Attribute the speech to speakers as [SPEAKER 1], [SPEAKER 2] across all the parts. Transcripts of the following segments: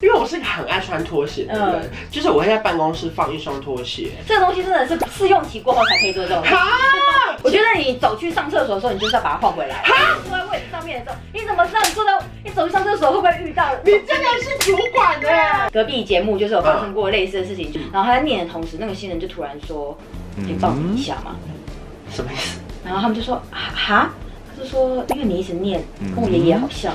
[SPEAKER 1] 因为我是个很爱穿拖鞋的人，就是我会在办公室放一双拖鞋。
[SPEAKER 2] 这个东西真的是试用期过后才可以做这种。
[SPEAKER 1] 啊！
[SPEAKER 2] 我觉得你走去上厕所的时候，你就是要把它换回来。坐在位置上面的时候，你怎么知道你坐在你走去上厕所会不会遇到？
[SPEAKER 1] 你真的是主管欸呢、
[SPEAKER 2] 隔壁节目就是有发生过类似的事情，
[SPEAKER 1] 嗯
[SPEAKER 2] 然后他在念的同时，那个新人就突然说：“可以抱你一下嘛。
[SPEAKER 1] 什么意思？”
[SPEAKER 2] 然后他们就说：“啊哈。”他就说：“因为你一直念，
[SPEAKER 1] 嗯
[SPEAKER 2] 跟我爷爷好像。”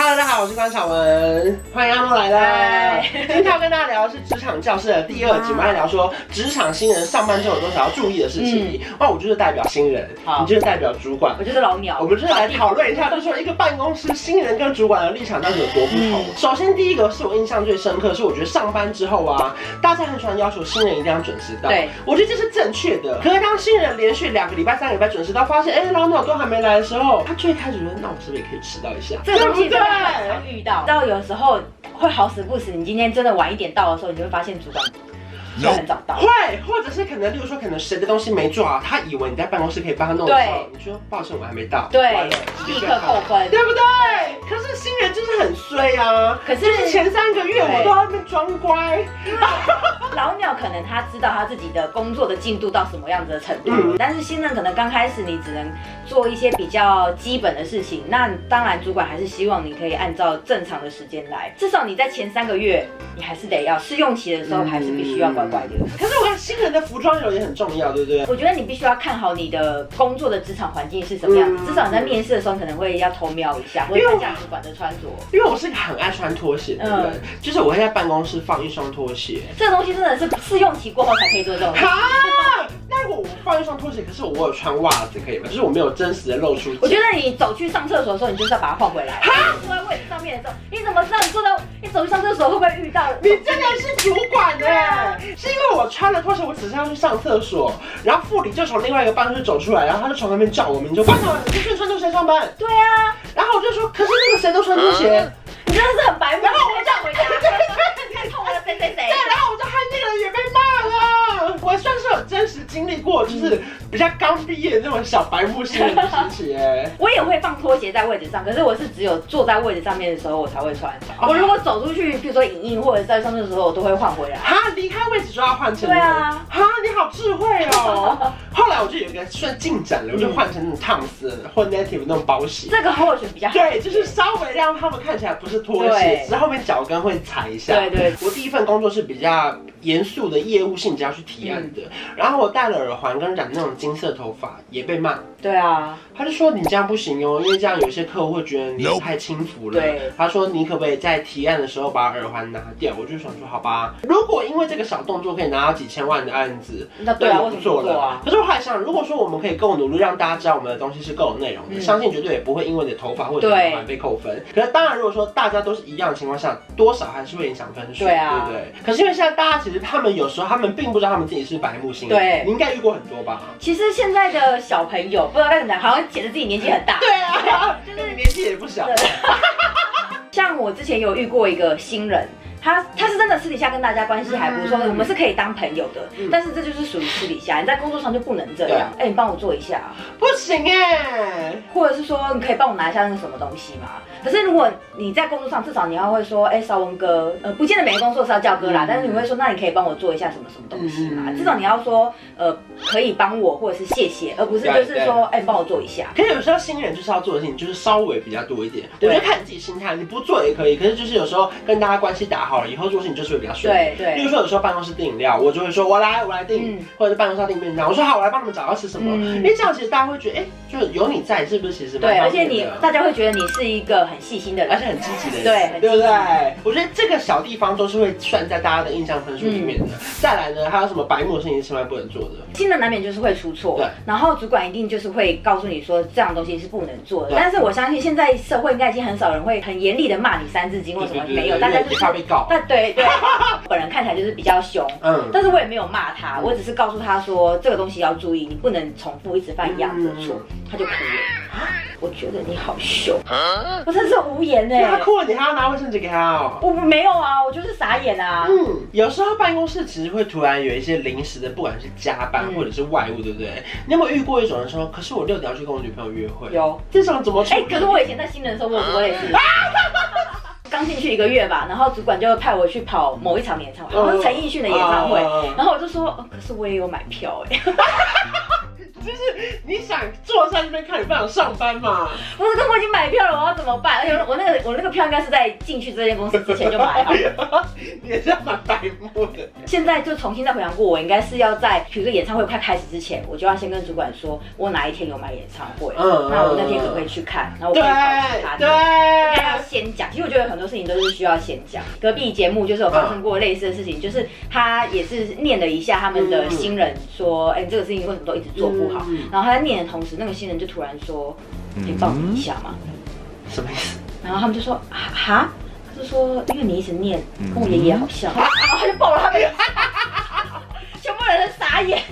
[SPEAKER 1] 哈喽，大家好，我是关晓雯，欢迎阿莫来啦
[SPEAKER 2] 嗨。
[SPEAKER 1] 今天要跟大家聊的是职场教室的第二集，我们来聊说职场新人上班之后有多少要注意的事情。哇，我就是代表新人，
[SPEAKER 2] 好
[SPEAKER 1] 你就是代表主管
[SPEAKER 2] 我。就是老鸟。
[SPEAKER 1] 我们就是来讨论一下，就是说一个办公室新人跟主管的立场到底有多不
[SPEAKER 2] 嗯
[SPEAKER 1] 同。首先，第一个是我印象最深刻，是我觉得上班之后啊，大家很喜欢要求新人一定要准时到。
[SPEAKER 2] 对，
[SPEAKER 1] 我觉得这是正确的。可是当新人连续两个礼拜、三个礼拜准时到，发现哎、老鸟都还没来的时候，他就会开始觉得，那我是不是也可以迟到一下？
[SPEAKER 2] 这个东西
[SPEAKER 1] 对
[SPEAKER 2] 真的很常遇到，到有时候会好死不死，你今天真的晚一点到的时候，你就会发现主管就很早到。
[SPEAKER 1] 会，或者是可能，例如说，可能谁的东西没做好，他以为你在办公室可以帮他弄的时候，你说抱歉，我还没到，完
[SPEAKER 2] 对
[SPEAKER 1] 了，
[SPEAKER 2] 立刻扣分。
[SPEAKER 1] 对不对？可是新人就是很衰啊，
[SPEAKER 2] 可是
[SPEAKER 1] 就是前三个月我都在那边装乖，
[SPEAKER 2] 老鸟可能他知道他自己的工作的进度到什么样子的程度，
[SPEAKER 1] 嗯
[SPEAKER 2] 但是新人可能刚开始你只能做一些比较基本的事情。那当然，主管还是希望你可以按照正常的时间来，至少你在前三个月，你还是得要试用期的时候，还是必须要乖乖的。
[SPEAKER 1] 可是我看新人的服装有也很重要，对不对？
[SPEAKER 2] 我觉得你必须要看好你的工作的职场环境是什么样子，
[SPEAKER 1] 嗯
[SPEAKER 2] 至少你在面试的时候可能会要偷瞄一下，或者看一下主管的穿着。
[SPEAKER 1] 因为我是个很爱穿拖鞋的人，
[SPEAKER 2] 嗯
[SPEAKER 1] 就是我会在办公室放一双拖鞋。
[SPEAKER 2] 这个东西真的是试用期过后才可以做这种事。
[SPEAKER 1] 啊！那如果我放一双拖鞋，可是我有穿袜子，可以吗？就是我没有真实的露出脚。
[SPEAKER 2] 我觉得你走去上厕所的时候，你就是要把它换回来。坐在位置上面的时候，你怎么知道你坐在你走去上厕所会不会遇到？
[SPEAKER 1] 你真的是主管呢、
[SPEAKER 2] 欸
[SPEAKER 1] 是因为我穿了拖鞋，我只是要去上厕所，然后副理就从另外一个办公室走出来，然后他就从那边叫我名字，关什么？你去穿拖鞋上班？
[SPEAKER 2] 对啊，
[SPEAKER 1] 然后我就说，可是那个谁都穿拖鞋。
[SPEAKER 2] 你真的是很白目。
[SPEAKER 1] 然后我
[SPEAKER 2] 就回家，看痛了谁谁谁
[SPEAKER 1] 哎对，。然后我就害那个人也被骂了。我算是有真实经历过，就是比较刚毕业的那种小白目新人的时期哎。
[SPEAKER 2] 我也会放拖鞋在位置上，可是我是只有坐在位置上面的时候我才会穿。我如果走出去，比如说影印或者在上厕所的时候，我都会换回来。
[SPEAKER 1] 哈，离开位置就要换成
[SPEAKER 2] 对啊，
[SPEAKER 1] 哈，你好智慧 哦。后来我就有一个算进展了，我就换成那种 Toms 或 Native 那种包鞋。
[SPEAKER 2] 这个候选比较好。
[SPEAKER 1] 对，就是稍微让他们看起来不是拖鞋
[SPEAKER 2] 对，
[SPEAKER 1] 只是后面脚跟会踩一下。
[SPEAKER 2] 对对
[SPEAKER 1] 我第一份工作是比较严肃的业务性质要去提案的，然后我戴了耳环跟染那种金色头发也被骂。
[SPEAKER 2] 对啊，
[SPEAKER 1] 他就说你这样不行哦，因为这样有些客户会觉得你
[SPEAKER 3] Nope
[SPEAKER 1] 太轻浮了。
[SPEAKER 2] 对
[SPEAKER 1] 他说你可不可以在提案的时候把耳环拿掉？我就想说好吧，如果因为这个小动作可以拿到几千万的案子，
[SPEAKER 2] 那对啊，为什么不
[SPEAKER 1] 做
[SPEAKER 2] 做
[SPEAKER 1] 了
[SPEAKER 2] 啊？？
[SPEAKER 1] 可是我后来想，如果说我们可以够努力让大家知道我们的东西是够有内容的，
[SPEAKER 2] 嗯
[SPEAKER 1] 相信绝对也不会因为你的头发或者
[SPEAKER 2] 对
[SPEAKER 1] 耳环被扣分。可是当然，如果说大家都是一样的情况下，多少还是会影响分数，
[SPEAKER 2] 对啊
[SPEAKER 1] 对不对？可是因为现在大家其实他们有时候他们并不知道他们自己是白木星，
[SPEAKER 2] 对
[SPEAKER 1] 你应该遇过很多吧？
[SPEAKER 2] 其实现在的小朋友不知道该怎么讲，好像显得自己年纪很大。
[SPEAKER 1] 对啊，
[SPEAKER 2] 就
[SPEAKER 1] 就是是年纪也不小，
[SPEAKER 2] 像我之前有遇过一个新人，他他是真的私底下跟大家关系还不错，
[SPEAKER 1] 嗯
[SPEAKER 2] 我们是可以当朋友的，
[SPEAKER 1] 嗯
[SPEAKER 2] 但是这就是属于私底下，你在工作上就不能这样。哎、你帮我做一下啊，
[SPEAKER 1] 不行哎、
[SPEAKER 2] 或者是说你可以帮我拿一下那个什么东西嘛。可是如果你在工作上，至少你要会说，哎、邵文哥，呃，不见得每个工作是要叫哥啦，
[SPEAKER 1] 嗯
[SPEAKER 2] 但是你会说，那你可以帮我做一下什么什么东西嘛？
[SPEAKER 1] 嗯
[SPEAKER 2] 至少你要说，呃，可以帮我，或者是谢谢，而不是就
[SPEAKER 1] 对
[SPEAKER 2] 是
[SPEAKER 1] 对
[SPEAKER 2] 说，哎、帮我做一下。
[SPEAKER 1] 可是有时候新人就是要做的事情就是稍微比较多一点，我
[SPEAKER 2] 对
[SPEAKER 1] 觉得看你自己心态，你不做也可以。可是就是有时候跟大家关系打好了以后，做事情就是会比较顺利。
[SPEAKER 2] 对
[SPEAKER 1] 例
[SPEAKER 2] 对
[SPEAKER 1] 如，说，有时候办公室订饮料，我就会说，我来，我来订，
[SPEAKER 2] 嗯
[SPEAKER 1] 或者是办公室要订便当，我说好，我来帮你们找要吃什么。
[SPEAKER 2] 嗯
[SPEAKER 1] 因为这样其实大家会觉得，哎，就是有你在，是不是其实蛮
[SPEAKER 2] 对，而
[SPEAKER 1] 方
[SPEAKER 2] 且
[SPEAKER 1] 便
[SPEAKER 2] 你
[SPEAKER 1] 的
[SPEAKER 2] 大家会觉得你是一个很细心的人
[SPEAKER 1] 而。且很积极的人，
[SPEAKER 2] 对很
[SPEAKER 1] 对不
[SPEAKER 2] 积极
[SPEAKER 1] 对？我觉得这个小地方都是会算在大家的印象分数里面的。
[SPEAKER 2] 嗯
[SPEAKER 1] 再来呢，还有什么白目的事情是千万不能做的？
[SPEAKER 2] 新的难免就是会出错
[SPEAKER 1] 对，
[SPEAKER 2] 然后主管一定就是会告诉你说这样东西是不能做的。
[SPEAKER 1] 对
[SPEAKER 2] 但是我相信现在社会应该已经很少人会很严厉的骂你三字经或什么没有，大家
[SPEAKER 1] 因
[SPEAKER 2] 就
[SPEAKER 1] 为
[SPEAKER 2] 是
[SPEAKER 1] 怕被告。
[SPEAKER 2] 但对对，本人看起来就是比较凶。
[SPEAKER 1] 嗯，
[SPEAKER 2] 但是我也没有骂他，我只是
[SPEAKER 1] 嗯
[SPEAKER 2] 告诉他说这个东西要注意，你不能重复一直犯一样的错，他就哭了。我觉得你好凶，我真是无言哎、
[SPEAKER 1] 那他哭了，你还要拿卫生纸给他哦。
[SPEAKER 2] 我没有啊，我就是傻眼啊。
[SPEAKER 1] 嗯，有时候办公室其实会突然有一些临时的，不管是加班
[SPEAKER 2] 嗯
[SPEAKER 1] 或者是外务，对不对？你有没有遇过一种人说，可是我六点要去跟我女朋友约会？
[SPEAKER 2] 有，
[SPEAKER 1] 这种怎么处
[SPEAKER 2] 哎、
[SPEAKER 1] 理？
[SPEAKER 2] 可是我以前在新人的时候，我有过类似。 刚进去一个月吧，然后主管就派我去跑某一场演唱会，
[SPEAKER 1] 嗯
[SPEAKER 2] 好像是陈奕迅的演唱会
[SPEAKER 1] 嗯嗯嗯，
[SPEAKER 2] 然后我就说，呃可是我也有买票哎、
[SPEAKER 1] 就是你想坐在那边看，你不想上班嘛？
[SPEAKER 2] 我说那我已经买票了，我要怎么办？而且我那个我那个票应该是在进去这间公司之前就买好，
[SPEAKER 1] 你也是蛮白目的。
[SPEAKER 2] 现在就重新再回想过，我应该是要在比如说演唱会快开始之前，我就要先跟主管说我哪一天有买演唱会，
[SPEAKER 1] 嗯嗯
[SPEAKER 2] 那我那天可不可以去看？然后我可
[SPEAKER 1] 对
[SPEAKER 2] 以跑去他
[SPEAKER 1] 对，
[SPEAKER 2] 应该要先讲。其实我觉得很多事情都是需要先讲。隔壁节目就是有发生过类似的事情，就是他也是念了一下他们的新人说，哎、这个事情为什么都一直做不好？
[SPEAKER 1] 嗯
[SPEAKER 2] 然后他在念的同时，那个新人就突然说，可以帮你一下嘛？
[SPEAKER 1] 什么意思？
[SPEAKER 2] 然后他们就说，啊哈，他就说因为你一直念，跟我爷爷好像，然 后他就爆了他们，全部人都傻眼，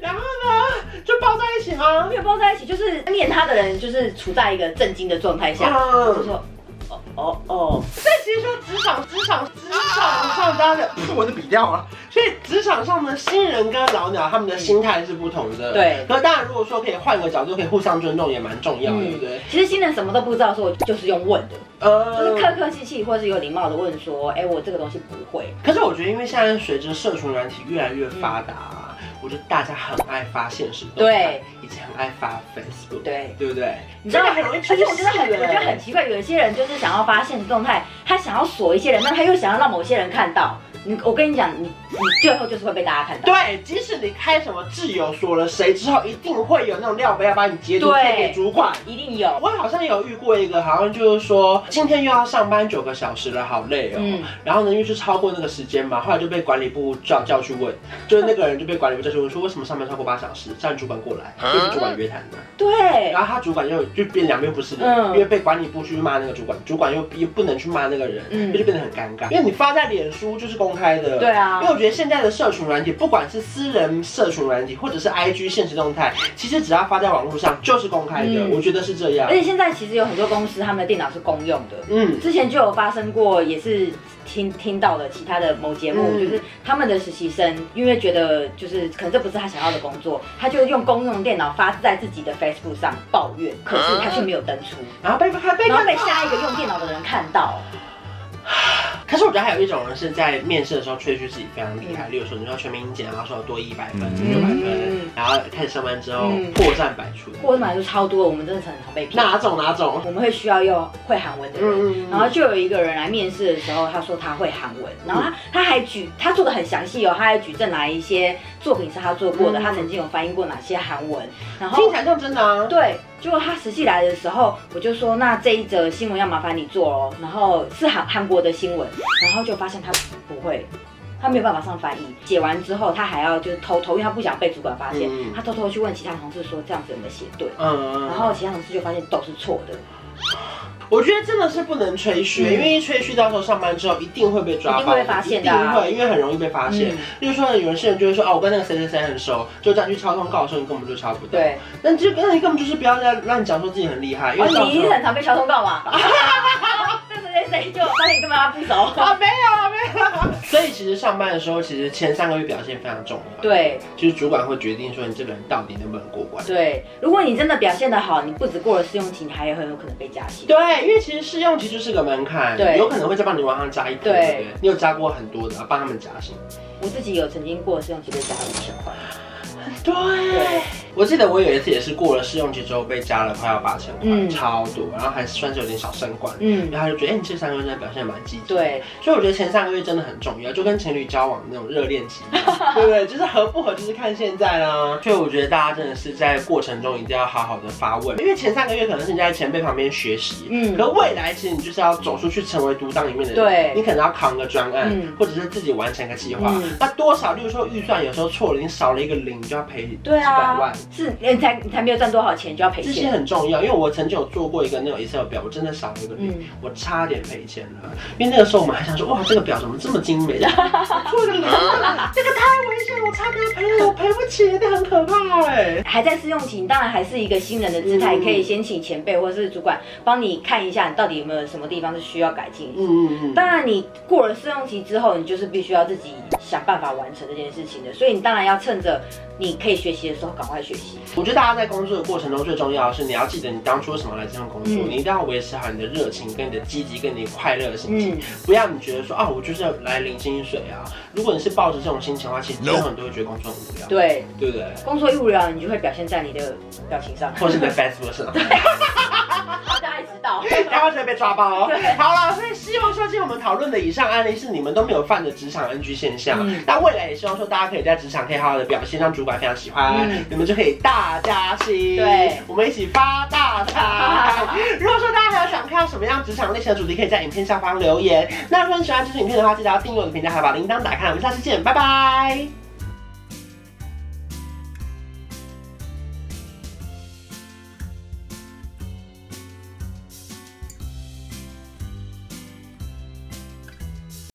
[SPEAKER 1] 然后呢，就抱在一起吗？
[SPEAKER 2] 没有抱在一起，就是念他的人就是处在一个震惊的状态下，就
[SPEAKER 1] 嗯，
[SPEAKER 2] 说，哦哦哦。
[SPEAKER 1] 这其实说职场、职场、职场上，大家的 我的笔掉了。所以职场上的新人跟老鸟，他们的心态是不同的。
[SPEAKER 2] 对
[SPEAKER 1] 可是当然，如果说可以换个角度，可以互相尊重，也蛮重要的，
[SPEAKER 2] 嗯
[SPEAKER 1] 对不对？
[SPEAKER 2] 其实新人什么都不知道的时候，我就是用问的，就是客
[SPEAKER 1] 呃，
[SPEAKER 2] 客气气或是有礼貌的问说，哎、我这个东西不会。
[SPEAKER 1] 可是我觉得，因为现在随着社群软体越来越发达啊，我觉得大家很爱发现实动态，以及很爱发 Facebook，
[SPEAKER 2] 对，
[SPEAKER 1] 对不对？
[SPEAKER 2] 你知道
[SPEAKER 1] 这
[SPEAKER 2] 吗？
[SPEAKER 1] 个很容易
[SPEAKER 2] 而
[SPEAKER 1] 出
[SPEAKER 2] 且
[SPEAKER 1] 事
[SPEAKER 2] 我觉得很，我觉得很奇怪，有一些人就是想要发现实动态，他想要锁一些人，但他又想要让某些人看到。你，我跟你讲，你你最后就是会被大家看到。
[SPEAKER 1] 对，即使你开什么挚友说了谁之后，一定会有那种料杯要把你截图
[SPEAKER 2] 对
[SPEAKER 1] 贴给主管。
[SPEAKER 2] 一定有，
[SPEAKER 1] 我好像有遇过一个，好像就是说今天又要上班九个小时了，好累哦。
[SPEAKER 2] 嗯，
[SPEAKER 1] 然后呢，因为是超过那个时间嘛，后来就被管理部叫叫去问，就是那个人就被管理部叫去问说为什么上班超过八小时，叫你主管过来，就跟主管约谈的。
[SPEAKER 2] 对
[SPEAKER 1] 然，后他主管又就变两边不是人，
[SPEAKER 2] 嗯
[SPEAKER 1] 因为被管理部去骂那个主管，主管又又不能去骂那个人，
[SPEAKER 2] 嗯
[SPEAKER 1] 这就变得很尴尬。因为你发在脸书就是公开的，
[SPEAKER 2] 对啊
[SPEAKER 1] 因为我觉得现在的社群软体，不管是私人社群软体或者是 IG 现实动态，其实只要发在网络上就是公开的，
[SPEAKER 2] 嗯
[SPEAKER 1] 我觉得是这样
[SPEAKER 2] 而。且现在其实有很多公司他们的电脑是公用的，
[SPEAKER 1] 嗯，
[SPEAKER 2] 之前就有发生过，也是听听到了其他的某节目，
[SPEAKER 1] 嗯
[SPEAKER 2] 就是他们的实习生，因为觉得就是可能这不是他想要的工作，他就用公用电脑发在自己的 Facebook 上抱怨，可是他却没有登出，
[SPEAKER 1] 然后被还被
[SPEAKER 2] 然后
[SPEAKER 1] 看
[SPEAKER 2] 被下一个用电脑的人看到。
[SPEAKER 1] 可是我觉得还有一种人是在面试的时候吹嘘自己非常厉害，例如说你说全民英检，然后说我多一百分、
[SPEAKER 3] 嗯
[SPEAKER 1] 六百分
[SPEAKER 2] 嗯，
[SPEAKER 1] 然后开始上班之后
[SPEAKER 2] 嗯
[SPEAKER 1] 破绽百出，
[SPEAKER 2] 或者买就超多，我们真的很常被骗。
[SPEAKER 1] 哪种哪种？
[SPEAKER 2] 我们会需要用会韩文的人。
[SPEAKER 1] 嗯
[SPEAKER 2] 然后就有一个人来面试的时候，他说他会韩文，然后他他还举他做的很详细哦，他还举证哪一些作品是他做过的，
[SPEAKER 1] 嗯
[SPEAKER 2] 他曾经有翻译过哪些韩文，然后
[SPEAKER 1] 听起来像真的啊。
[SPEAKER 2] 对，结果他实际来的时候，我就说那这一则新闻要麻烦你做哦，然后是韩韩国的新闻，然后就发现他不会。他没有办法上翻译，写完之后他还要就是偷偷，因为他不想被主管发现，
[SPEAKER 1] 嗯
[SPEAKER 2] 他偷偷去问其他同事说这样子有没有写对，
[SPEAKER 1] 嗯，
[SPEAKER 2] 然后其他同事就发现都是错的，
[SPEAKER 1] 我觉得真的是不能吹嘘，
[SPEAKER 2] 嗯
[SPEAKER 1] 因为一吹嘘到时候上班之后一定会被抓，
[SPEAKER 2] 一定会被发现的啊
[SPEAKER 1] 一定会，因为很容易被发现
[SPEAKER 2] 嗯。
[SPEAKER 1] 例如说，有些人就会说，哦，我跟那个谁谁谁很熟，就这样去抄通告的时候，你根本就抄不到。，
[SPEAKER 2] 对，
[SPEAKER 1] 那这那你根本就是不要再乱讲说自己很厉害，因
[SPEAKER 2] 哦，
[SPEAKER 1] 为到
[SPEAKER 2] 你一
[SPEAKER 1] 时
[SPEAKER 2] 定
[SPEAKER 1] 候。
[SPEAKER 2] 很常被敲通 告嘛，对对对，就发现你跟妈妈不熟，
[SPEAKER 1] 啊，没有啊，没有啊。所以其实上班的时候，其实前三个月表现非常重要。，
[SPEAKER 2] 对
[SPEAKER 1] 就是主管会决定说你这个人到底能不能过关。
[SPEAKER 2] 对，如果你真的表现得好，你不止过了试用期，你还有很有可能被加薪。
[SPEAKER 1] 对，因为其实试用期就是个门槛，
[SPEAKER 2] 对
[SPEAKER 1] 有可能会再帮你往上加一步。
[SPEAKER 2] 对
[SPEAKER 1] 不你有加过很多的，啊帮他们加薪。
[SPEAKER 2] 我自己有曾经过试用期被加了五千块，
[SPEAKER 1] 对
[SPEAKER 2] 对，
[SPEAKER 1] 我记得我有一次也是过了试用期之后被加了快要八千块，
[SPEAKER 2] 嗯
[SPEAKER 1] 超多，然后还算是有点小升官。
[SPEAKER 2] 嗯，
[SPEAKER 1] 然后他就觉得，哎、你这三个月真的表现得蛮积极。，
[SPEAKER 2] 对，
[SPEAKER 1] 所以我觉得前三个月真的很重要，就跟情侣交往那种热恋期 一样，对不对？就是合不合，就是看现在啦。所以我觉得大家真的是在过程中一定要好好的发问，因为前三个月可能是你在前辈旁边学习，
[SPEAKER 2] 嗯
[SPEAKER 1] 可未来其实你就是要走出去，成为独当一面的人。
[SPEAKER 2] 对
[SPEAKER 1] 你可能要扛个专案，
[SPEAKER 2] 嗯
[SPEAKER 1] 或者是自己完成个计划。
[SPEAKER 2] 嗯
[SPEAKER 1] 那多少，例如说预算有时候错了，你少了一个零，你就要赔几
[SPEAKER 2] 对啊
[SPEAKER 1] 百万。
[SPEAKER 2] 是你才你才没有赚多少钱就要赔
[SPEAKER 1] 这些
[SPEAKER 2] 钱，
[SPEAKER 1] 很重要，因为我曾经有做过一个那种 Excel 表，我真的少了一个零，
[SPEAKER 2] 嗯
[SPEAKER 1] 我差点赔钱了。因为那个时候我们还想说，哇，这个表怎么这么精 美？做一个零， 这个太危险了，我差点赔了，我赔不起，那很可怕哎。
[SPEAKER 2] 还在试用期，你当然还是一个新人的姿态，
[SPEAKER 1] 嗯
[SPEAKER 2] 可以先请前辈或是主管帮你看一下，你到底有没有什么地方是需要改进。
[SPEAKER 1] 嗯嗯嗯，
[SPEAKER 2] 当然，你过了试用期之后，你就是必须要自己想办法完成这件事情的，所以你当然要趁着你可以学习的时候赶快学习。
[SPEAKER 1] 我觉得大家在工作的过程中最重要的是，你要记得你当初为什么来这份工作，
[SPEAKER 2] 嗯
[SPEAKER 1] 你一定要维持好你的热情、跟你的积极、跟你快乐的心情，
[SPEAKER 2] 嗯，
[SPEAKER 1] 不要你觉得说啊，我就是要来领薪水啊。如果你是抱着这种心情的话，其实最后你都会觉得工作很无聊，
[SPEAKER 2] 对，
[SPEAKER 1] 对不对？
[SPEAKER 2] 工作一无聊，你就会表现在你的表情上，
[SPEAKER 1] 或者是你的啊 Facebook 上。
[SPEAKER 2] 大家也知 道。
[SPEAKER 1] 台湾就会被抓包哦
[SPEAKER 2] 对。
[SPEAKER 1] 好了，所以希望说今天我们讨论的以上案例是你们都没有犯的职场 NG 现象
[SPEAKER 2] 嗯，
[SPEAKER 1] 那、未来也希望说大家可以在职场可以好好的表现，让主管非常喜欢，
[SPEAKER 2] 嗯
[SPEAKER 1] 你们就可以大加薪。
[SPEAKER 2] 对
[SPEAKER 1] 我们一起发大 财。如果说大家还有想看到什么样职场类型的主题，可以在影片下方留言。那如果你喜欢这支影片的话，记得要订阅我的频道，还有把铃铛打开。我们下次见，拜拜。